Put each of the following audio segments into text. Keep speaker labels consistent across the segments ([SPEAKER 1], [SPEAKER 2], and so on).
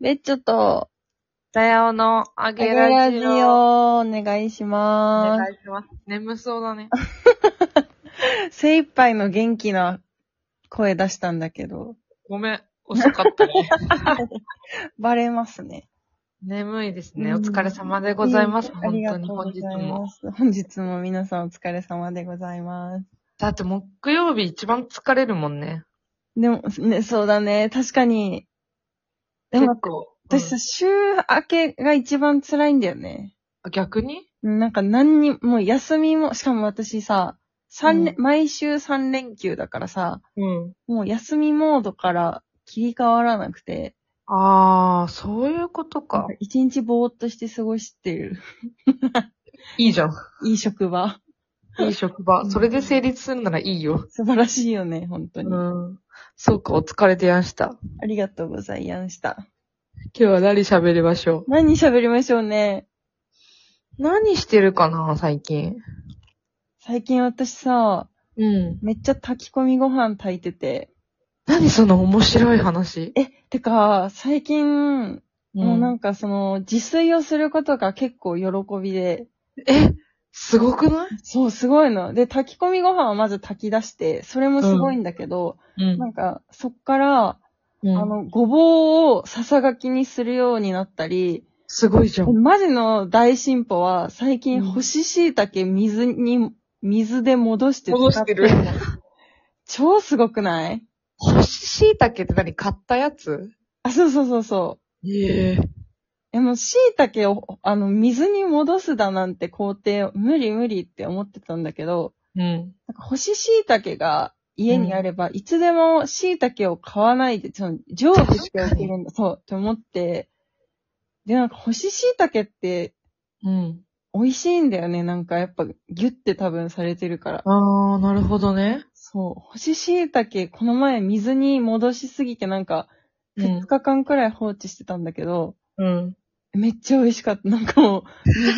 [SPEAKER 1] ベッチョと、
[SPEAKER 2] だよのあ
[SPEAKER 1] ゲ
[SPEAKER 2] げ
[SPEAKER 1] ラ
[SPEAKER 2] ラ
[SPEAKER 1] ジ
[SPEAKER 2] ジオ。
[SPEAKER 1] オ、お願いし
[SPEAKER 2] お
[SPEAKER 1] ま
[SPEAKER 2] 願いします。眠そうだね。
[SPEAKER 1] す。精一杯の元気な声出したんだけど、
[SPEAKER 2] ごめん。遅かっ たね。
[SPEAKER 1] バレますね。
[SPEAKER 2] 眠いです
[SPEAKER 1] う
[SPEAKER 2] ね。
[SPEAKER 1] ん
[SPEAKER 2] お疲れ様でございます。
[SPEAKER 1] うんあ
[SPEAKER 2] 本
[SPEAKER 1] りが
[SPEAKER 2] 当
[SPEAKER 1] と
[SPEAKER 2] に
[SPEAKER 1] う
[SPEAKER 2] 本
[SPEAKER 1] ご
[SPEAKER 2] 日
[SPEAKER 1] ざい
[SPEAKER 2] も
[SPEAKER 1] ま。す。本日も皆さんお疲れ様でございます。
[SPEAKER 2] だって木曜日一番疲れるもんね。
[SPEAKER 1] でも、ね、そうだね。確かに。で
[SPEAKER 2] 結
[SPEAKER 1] も、
[SPEAKER 2] 構。
[SPEAKER 1] 私さ、
[SPEAKER 2] う
[SPEAKER 1] 週明けが一番辛いんだよね。
[SPEAKER 2] ん逆に
[SPEAKER 1] なんか何にも、う休みも、しかも私さ、三連、
[SPEAKER 2] う
[SPEAKER 1] 毎週3連休だからさ、
[SPEAKER 2] うん。
[SPEAKER 1] もう休みモードから切り替わらなくて、
[SPEAKER 2] あー、そういうこと
[SPEAKER 1] なん
[SPEAKER 2] か
[SPEAKER 1] か。一日ぼーっとして過ごして る。
[SPEAKER 2] いいじゃん。
[SPEAKER 1] いい職場。
[SPEAKER 2] いい職
[SPEAKER 1] う
[SPEAKER 2] 場。
[SPEAKER 1] ん
[SPEAKER 2] それで成立するならいいよ。
[SPEAKER 1] 素晴らしいよね、本当に。
[SPEAKER 2] うん。そうか、お疲れでやんした。
[SPEAKER 1] ありがとうございました。
[SPEAKER 2] 今日は何喋りましょ
[SPEAKER 1] 何喋りましょうね。
[SPEAKER 2] う。何してるかな、最近。
[SPEAKER 1] 最近私さ、
[SPEAKER 2] うん。
[SPEAKER 1] めっちゃ炊き込みご飯炊いてて。
[SPEAKER 2] 何その面白い話。
[SPEAKER 1] え、てか、最近、もうなんかその、自炊をすることが結構喜びで、
[SPEAKER 2] え、すごくない
[SPEAKER 1] そう、すごいの。で、炊き込みご飯をまず炊き出して、それもすごいんだけど、
[SPEAKER 2] うん
[SPEAKER 1] なんか、そっから、
[SPEAKER 2] うん
[SPEAKER 1] あの、ごぼうをささがきにするようになったり、
[SPEAKER 2] すごいじゃん。
[SPEAKER 1] マジの大進歩は、最近
[SPEAKER 2] うん
[SPEAKER 1] 干し椎茸水に、水で戻して使っての
[SPEAKER 2] 戻して
[SPEAKER 1] 超すごくない
[SPEAKER 2] 干し椎茸って何買ったやつ
[SPEAKER 1] あ、そうそうそうそう。
[SPEAKER 2] ええ
[SPEAKER 1] でも、椎茸を、あの、水に戻すだなんて工程、無理無理って思ってたんだけど、
[SPEAKER 2] うん。
[SPEAKER 1] なんか干し椎茸が家にあれば、いつでも椎茸を買わないで、その、常備しておけるんだ、そう、って思って、で、なんか干し椎茸って
[SPEAKER 2] うん。
[SPEAKER 1] 美味しいんだよね、なんかやっぱ、ギュって多分されてるから。
[SPEAKER 2] あー、なるほどね。
[SPEAKER 1] そう、干し椎茸、この前水に戻しすぎてなんか、
[SPEAKER 2] う
[SPEAKER 1] 2
[SPEAKER 2] ん。
[SPEAKER 1] 日間くらい放置してたんだけど、
[SPEAKER 2] うん。
[SPEAKER 1] めっちゃ美味しかった。なんかもう、水、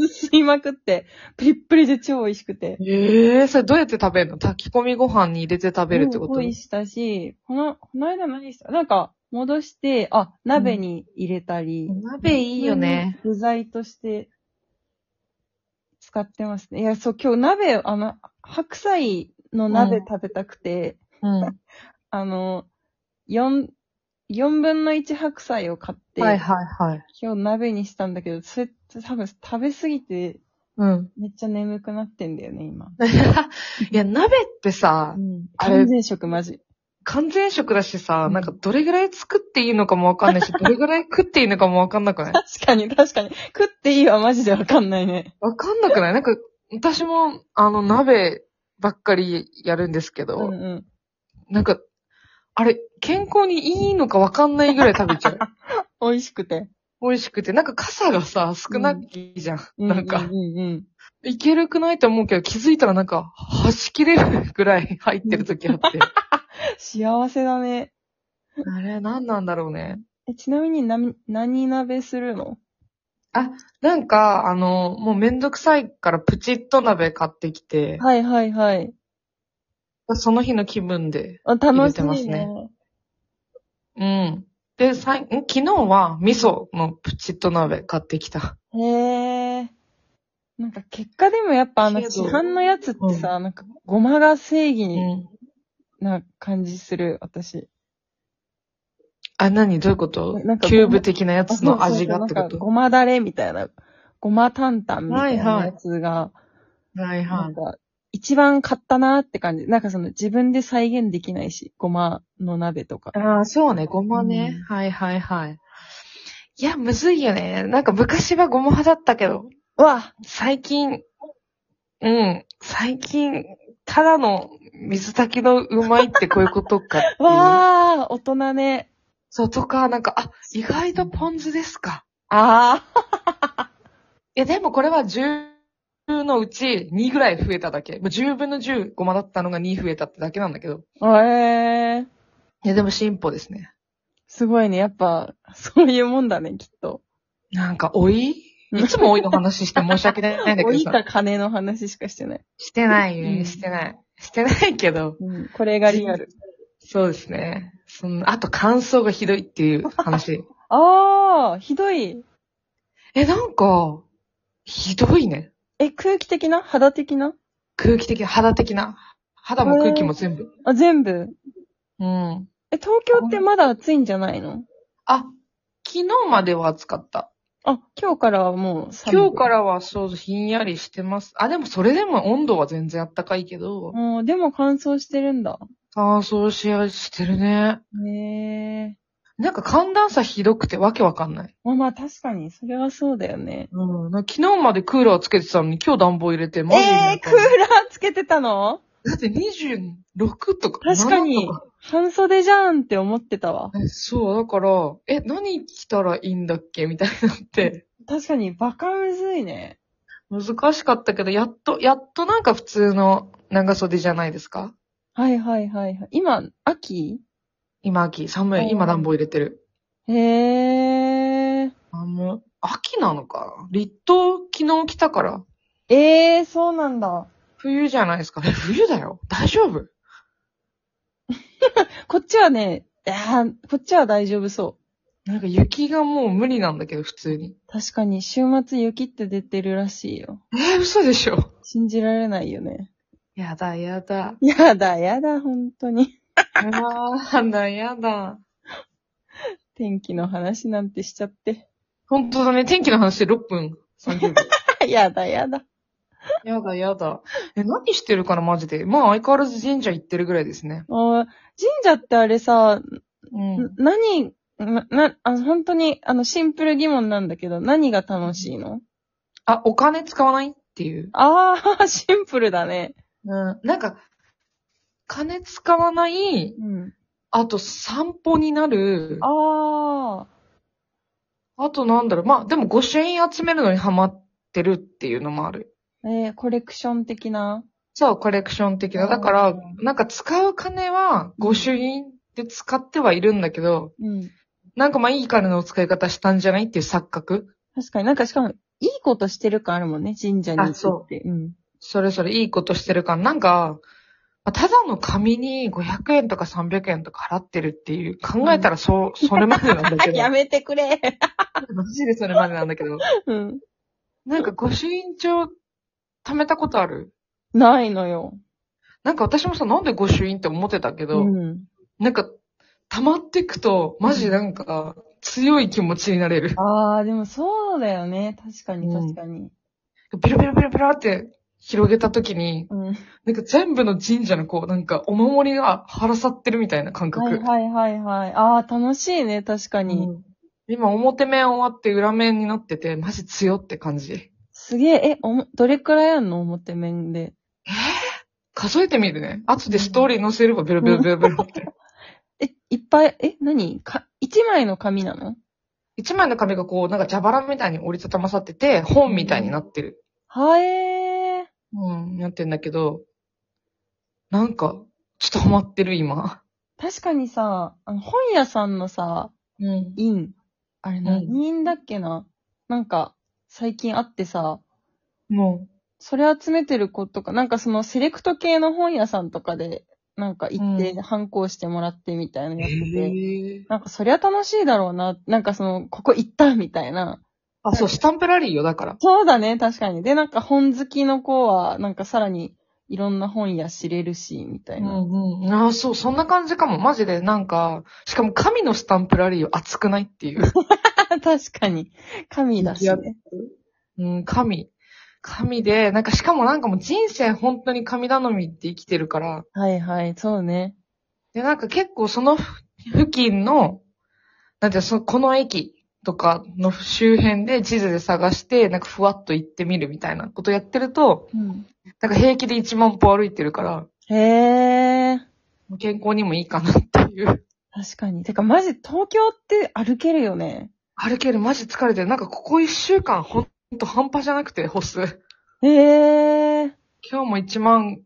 [SPEAKER 1] 水吸いまくって、プリップリで超美味しくて。
[SPEAKER 2] ええそれどうやって食べるの炊き込みご飯に入れて食べるってこと
[SPEAKER 1] 恋したし、この、この間何したなんか、戻して、あ、鍋に入れたり。
[SPEAKER 2] 鍋いいよね。。
[SPEAKER 1] 具材として、使ってますね。いや、そう、今日鍋、あの、白菜の鍋
[SPEAKER 2] うん
[SPEAKER 1] 食べたくて、
[SPEAKER 2] うん。は
[SPEAKER 1] あの、四、四分の一白菜を買って、
[SPEAKER 2] いはいはい。
[SPEAKER 1] 今日鍋にしたんだけど、それ多分食べすぎて、
[SPEAKER 2] うん。
[SPEAKER 1] めっちゃ眠くなってんだよね、今。
[SPEAKER 2] いや、鍋ってさ
[SPEAKER 1] う、ん。
[SPEAKER 2] あれ
[SPEAKER 1] 完全食マジ。
[SPEAKER 2] 完全食だしさ、
[SPEAKER 1] うん
[SPEAKER 2] なんかどれぐらい作っていいのかもわかんないし、どれぐらい食っていいのかもわかんなくない
[SPEAKER 1] 確かに確かに。食っていいはマジでわかんないね。
[SPEAKER 2] わかんなくないなんか、私も、あの、鍋ばっかりやるんですけ
[SPEAKER 1] う
[SPEAKER 2] ど、
[SPEAKER 1] んうん。
[SPEAKER 2] なんか、あれ、健康にいいのかわかんないぐらい食べちゃう。
[SPEAKER 1] 美味しくて。
[SPEAKER 2] 美味しくて、なんか傘がさ、少ないじゃん。
[SPEAKER 1] う
[SPEAKER 2] なんか
[SPEAKER 1] う、んうん。
[SPEAKER 2] いけるくないと思うけど、気づいたらなんか、端切れるぐらい入ってる時あって。
[SPEAKER 1] 幸せだね。
[SPEAKER 2] あれ、何なんだろうね。
[SPEAKER 1] え、ちなみにな、何鍋するの
[SPEAKER 2] なんか、あの、もうめんどくさいからプチッと鍋買ってきて、
[SPEAKER 1] はいはいはい。
[SPEAKER 2] その日の気分で。
[SPEAKER 1] あ、楽
[SPEAKER 2] れ
[SPEAKER 1] してい
[SPEAKER 2] ます
[SPEAKER 1] ね
[SPEAKER 2] ね。うん。で、さいん昨日は味噌のプチッと鍋買ってきた。
[SPEAKER 1] へえ。なんか結果でもやっぱあの
[SPEAKER 2] けど
[SPEAKER 1] 市販のやつってさ、なんかごまが正義に
[SPEAKER 2] ん。
[SPEAKER 1] な感じする、私。
[SPEAKER 2] あ、何どういうこと
[SPEAKER 1] なんか
[SPEAKER 2] キューブ的なやつの
[SPEAKER 1] あそうそうそう
[SPEAKER 2] 味がってこ
[SPEAKER 1] なんか
[SPEAKER 2] と
[SPEAKER 1] ごまだれみたいな、ごま担々みたい
[SPEAKER 2] はいは
[SPEAKER 1] ないやつが、
[SPEAKER 2] はい
[SPEAKER 1] な
[SPEAKER 2] は
[SPEAKER 1] ん
[SPEAKER 2] い。
[SPEAKER 1] か、一番買ったなーって感じ。なんかその自分で再現できないし、ごまの鍋とか。
[SPEAKER 2] ああ、そうね、ごまね
[SPEAKER 1] うん。
[SPEAKER 2] はいはいはい。いや、むずいよね。なんか昔はごま派だったけど、
[SPEAKER 1] うわ
[SPEAKER 2] 最近、うん、最近、ただの水炊きのうまいってこういうことかってい う。
[SPEAKER 1] わー、大人ね。
[SPEAKER 2] そうとか、なんか、あ、意外とポン酢ですか。
[SPEAKER 1] あ
[SPEAKER 2] いや、でもこれは10のうち2ぐらい増えただけ。もう10分の10ごまだったのが2増えたってだけなんだけど。
[SPEAKER 1] ー。えー。
[SPEAKER 2] いや、でも進歩ですね。
[SPEAKER 1] すごいね。やっぱ、そういうもんだね、きっと。
[SPEAKER 2] なんか、老いいつも老いの話して申し訳ないんだけ
[SPEAKER 1] お
[SPEAKER 2] ど
[SPEAKER 1] い
[SPEAKER 2] さ。
[SPEAKER 1] か金の話しかしてない。
[SPEAKER 2] してない
[SPEAKER 1] うん
[SPEAKER 2] ね。してない。してないけど。
[SPEAKER 1] うん。これがリアル。
[SPEAKER 2] そうですね。そのあと感想がひどいっていう話。
[SPEAKER 1] ああ、ひどい。
[SPEAKER 2] え、なんか、ひどいね。
[SPEAKER 1] え、空気的な肌的な
[SPEAKER 2] 空気的、肌的な。肌も空気も全部。
[SPEAKER 1] あ、全部。
[SPEAKER 2] うん。
[SPEAKER 1] え、東京ってまだ暑いんじゃないの
[SPEAKER 2] あ、昨日までは暑かった。
[SPEAKER 1] あ、今日からはもう寒い。
[SPEAKER 2] 今日からはそう、ひんやりしてます。あ、でもそれでも温度は全然暖かいけど、
[SPEAKER 1] もう、でも乾燥してるんだ。
[SPEAKER 2] 乾燥しやしてるね。
[SPEAKER 1] ねえ。
[SPEAKER 2] なんか寒暖差ひどくてわけわかんない。
[SPEAKER 1] まあまあ確かに、それはそうだよね。
[SPEAKER 2] うん。なんか昨日までクーラーつけてたのに今日暖房入れて、マジでな
[SPEAKER 1] え
[SPEAKER 2] ん
[SPEAKER 1] え
[SPEAKER 2] か
[SPEAKER 1] クーラーつけてたの
[SPEAKER 2] だって26とか。
[SPEAKER 1] 確かに
[SPEAKER 2] 7とか
[SPEAKER 1] 半袖じゃんって思ってたわ。
[SPEAKER 2] えそう、だから、え、何着たらいいんだっけみたいになって。
[SPEAKER 1] 確かに、バカむずいね。
[SPEAKER 2] 難しかったけど、やっと、やっとなんか普通の長袖じゃないですか
[SPEAKER 1] はいはいはいはい。今、秋
[SPEAKER 2] 今秋、寒
[SPEAKER 1] うん
[SPEAKER 2] い。今暖房入れてる。
[SPEAKER 1] へえ。
[SPEAKER 2] 寒い。秋なのかな立冬、昨日来たから。
[SPEAKER 1] ええそうなんだ。
[SPEAKER 2] 冬じゃないですか。え、冬だよ。大丈夫
[SPEAKER 1] こっちはね、いやーこっちは大丈夫そ
[SPEAKER 2] なんか雪がもう無理なんだけど、普通に。
[SPEAKER 1] う。確かに、週末雪って出てるらしいよ。
[SPEAKER 2] えー嘘でしょ。
[SPEAKER 1] 信じられないよね。
[SPEAKER 2] やだ、やだ。
[SPEAKER 1] やだ、やだ、本当に。
[SPEAKER 2] やだ、やだ。
[SPEAKER 1] 天気の話なんてしちゃって。
[SPEAKER 2] 本当だね。天気の話で6分30秒。
[SPEAKER 1] やだ、やだ。
[SPEAKER 2] やだ、やだ。え、何してるかな、マジで。まあ、相変わらず神社行ってるぐらいですね。
[SPEAKER 1] もう神社ってあれさ、
[SPEAKER 2] うん。
[SPEAKER 1] 何、な、な、あの、本当に、あの、シンプル疑問なんだけど、何が楽しいの
[SPEAKER 2] あ、お金使わないっていう。
[SPEAKER 1] ああ、シンプルだね。
[SPEAKER 2] うん。なんか、金使わない、
[SPEAKER 1] うん。
[SPEAKER 2] あと散歩になる、あ
[SPEAKER 1] ああ、
[SPEAKER 2] となんだろう、まあ、でも5円集めるのにハマってるっていうのもある。
[SPEAKER 1] えー、コレクション的な。
[SPEAKER 2] そう、コレクション的な。だか
[SPEAKER 1] う
[SPEAKER 2] ら
[SPEAKER 1] ん、
[SPEAKER 2] なんか使う金は御朱印で使ってはいるんだけど、
[SPEAKER 1] うん。
[SPEAKER 2] なんかまあいい金の使い方したんじゃないっていう錯覚
[SPEAKER 1] 確かになんかしかも、いいことしてる感あるもんね、神社に行くって。うん。
[SPEAKER 2] それぞれいいことしてるから、なんか、まあただの紙に500円とか300円とか払ってるっていう、考えたらそう、それまでなんだ けど。
[SPEAKER 1] やめてくれ。
[SPEAKER 2] マジでそれまでなんだけど。
[SPEAKER 1] うん。
[SPEAKER 2] なんか御朱印帳、貯めたことある
[SPEAKER 1] ないのよ。
[SPEAKER 2] なんか私もさ、なんで御朱印って思ってたけど、
[SPEAKER 1] うん。
[SPEAKER 2] なんか、溜まってくと、マジなんか、強い気持ちになれる。
[SPEAKER 1] ああ、でもそうだよね。確かに
[SPEAKER 2] う
[SPEAKER 1] 確
[SPEAKER 2] ん
[SPEAKER 1] かに。
[SPEAKER 2] ビロビロビロビロって広げた時に、
[SPEAKER 1] うん。
[SPEAKER 2] なんか全部の神社のこう、なんかお守りが腹さってるみたいな感覚。
[SPEAKER 1] はいはいはいはい。ああ、楽しいね、確かに。
[SPEAKER 2] うん今表面終わって裏面になってて、マジ強って感じ。
[SPEAKER 1] すげえ、え、おも、どれくらいあんの表面で。
[SPEAKER 2] 数えてみるね。後でストーリー載せればベロベロベロベロって。
[SPEAKER 1] え、いっぱい、え、何か、一枚の紙なの
[SPEAKER 2] 一枚の紙がこう、なんか蛇腹みたいに折りたたまさってて、本みたいになってる。
[SPEAKER 1] はえー。
[SPEAKER 2] うん、なってんだけど、なんか、ちょっとハマってる今。
[SPEAKER 1] 確かにさ、あの本屋さんのさ、
[SPEAKER 2] うん。
[SPEAKER 1] 印。あれ
[SPEAKER 2] ん
[SPEAKER 1] 何印だっけな、なんか、最近あってさ、
[SPEAKER 2] も
[SPEAKER 1] それ集めてる子とか、なんかそのセレクト系の本屋さんとかで、なんか行って、
[SPEAKER 2] う
[SPEAKER 1] 反抗してもらってみたいなの
[SPEAKER 2] う。
[SPEAKER 1] やってて、
[SPEAKER 2] え。
[SPEAKER 1] なんかそりゃ楽しいだろうな、なんかその、ここ行ったみたいな。
[SPEAKER 2] あ、そう、スタンプラリーよ、だから。
[SPEAKER 1] そうだね、確かに。で、なんか本好きの子は、なんかさらにいろんな本や知れるし、みたいな。
[SPEAKER 2] んうん。あ、そう、そんな感じかも。マジで、なんか、しかも神のスタンプラリーは熱くないっていう。
[SPEAKER 1] 確かに。神だしね。
[SPEAKER 2] うん、神。神で、なんかしかもなんかもう人生本当に神頼みって生きてるから、
[SPEAKER 1] はいはい、そうね。
[SPEAKER 2] で、なんか結構その付近の、なんていうのそのこの駅とかの周辺で地図で探して、なんかふわっと行ってみるみたいなことやってると、
[SPEAKER 1] うん、
[SPEAKER 2] なんか平気で1万歩歩いてるから、
[SPEAKER 1] へー。
[SPEAKER 2] 健康にもいいかなっていう。
[SPEAKER 1] 確かに。てか、マジ、東京って歩けるよね。
[SPEAKER 2] 歩けるマジ疲れてる。なんかここ1週間ほんと半端じゃなくて、歩数。
[SPEAKER 1] へー。
[SPEAKER 2] 今日も1万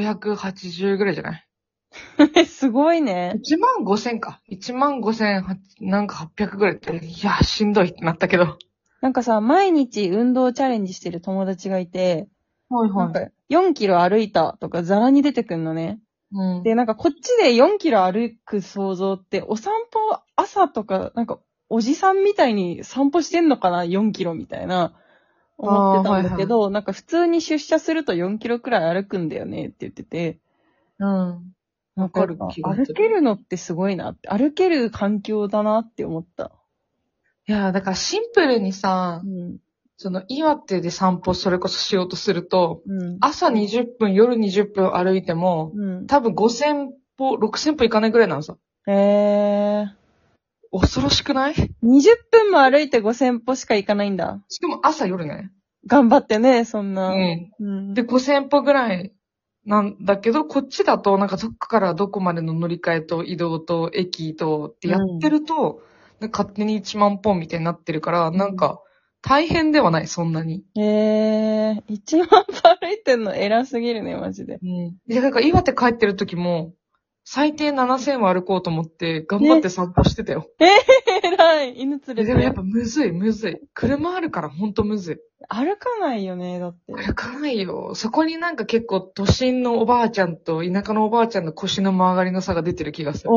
[SPEAKER 2] 580ぐらいじゃない
[SPEAKER 1] すごいね。
[SPEAKER 2] 1万5千か。1万5千、なんか800ぐらいって、いや、しんどいってなったけど。は
[SPEAKER 1] なんかさ、毎日運動チャレンジしてる友達がいて、
[SPEAKER 2] い
[SPEAKER 1] なんか、4キロ歩いたとか、ザラに出てくんのね。
[SPEAKER 2] うん。
[SPEAKER 1] で、なんかこっちで4キロ歩く想像って、お散歩朝とか、なんかおじさんみたいに散歩してんのかな ?4 キロみたいな、思ってたんだけど、なんか普通に出社すると4キロくらい歩くんだよねって言ってて、
[SPEAKER 2] うん。
[SPEAKER 1] わ
[SPEAKER 2] かる気がする
[SPEAKER 1] 歩けるのってすごいなって、歩ける環境だなって思った。
[SPEAKER 2] いや、だからシンプルにさ
[SPEAKER 1] う、ん。
[SPEAKER 2] その岩手で散歩それこそしようとすると、
[SPEAKER 1] うん。
[SPEAKER 2] 朝20分、夜20分歩いても、
[SPEAKER 1] うん。
[SPEAKER 2] 多分5000歩、6000歩行かないぐらいなのさ。
[SPEAKER 1] えー。
[SPEAKER 2] 恐ろしくないし
[SPEAKER 1] 20分も歩いて5000歩しか行かないんだ。
[SPEAKER 2] かも朝夜ね。
[SPEAKER 1] 頑張ってね、そんな。
[SPEAKER 2] う
[SPEAKER 1] うん
[SPEAKER 2] ん。で、5000歩ぐらいなんだけど、こっちだとなんかどっからどこまでの乗り換えと移動と駅とってやってると、なんか勝手に1万歩みたいになってるから、なんか大変ではない、そんなに。
[SPEAKER 1] えー、1万歩歩いてんの偉すぎるね、マジで。
[SPEAKER 2] うん。で、なんか岩手帰ってる時も、最低7000は歩こうと思って、頑張って散歩してたよ。
[SPEAKER 1] 偉い犬連
[SPEAKER 2] で
[SPEAKER 1] れ
[SPEAKER 2] でもや
[SPEAKER 1] て
[SPEAKER 2] っ。ぱむずい、むずい。車あるからほんとむずい。
[SPEAKER 1] 歩かないよね、だって。
[SPEAKER 2] 歩かないよ。そこになんか結構都心のおばあちゃんと田舎のおばあちゃんの腰の曲がりの差が出てる気がする。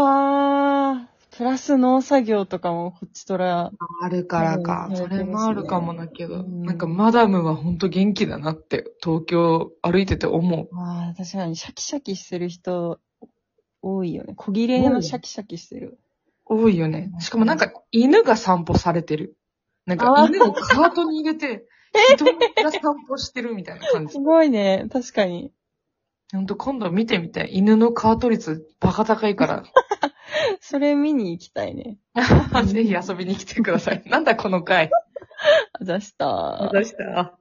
[SPEAKER 1] おー、プラス農作業とかもこっちとら。
[SPEAKER 2] あるからか
[SPEAKER 1] う。ん
[SPEAKER 2] それもあるかもだけど。
[SPEAKER 1] うん
[SPEAKER 2] なんかマダムはほんと元気だなって、東京歩いてて思う。
[SPEAKER 1] あー、確かにシャキシャキしてる人多いよね。小切れのシャキシャキしてる。
[SPEAKER 2] 多いよね。しかもなんか犬が散歩されてる。なんか犬をカートに入れ て、人が散歩してるみたいな感じ
[SPEAKER 1] す。ごいね、確かに。
[SPEAKER 2] ほんと今度見てみたい。犬のカート率バカ高いから。
[SPEAKER 1] それ見に行きたい ね。
[SPEAKER 2] ぜひ遊びに来てください。なんだこの回。
[SPEAKER 1] あざした
[SPEAKER 2] どうした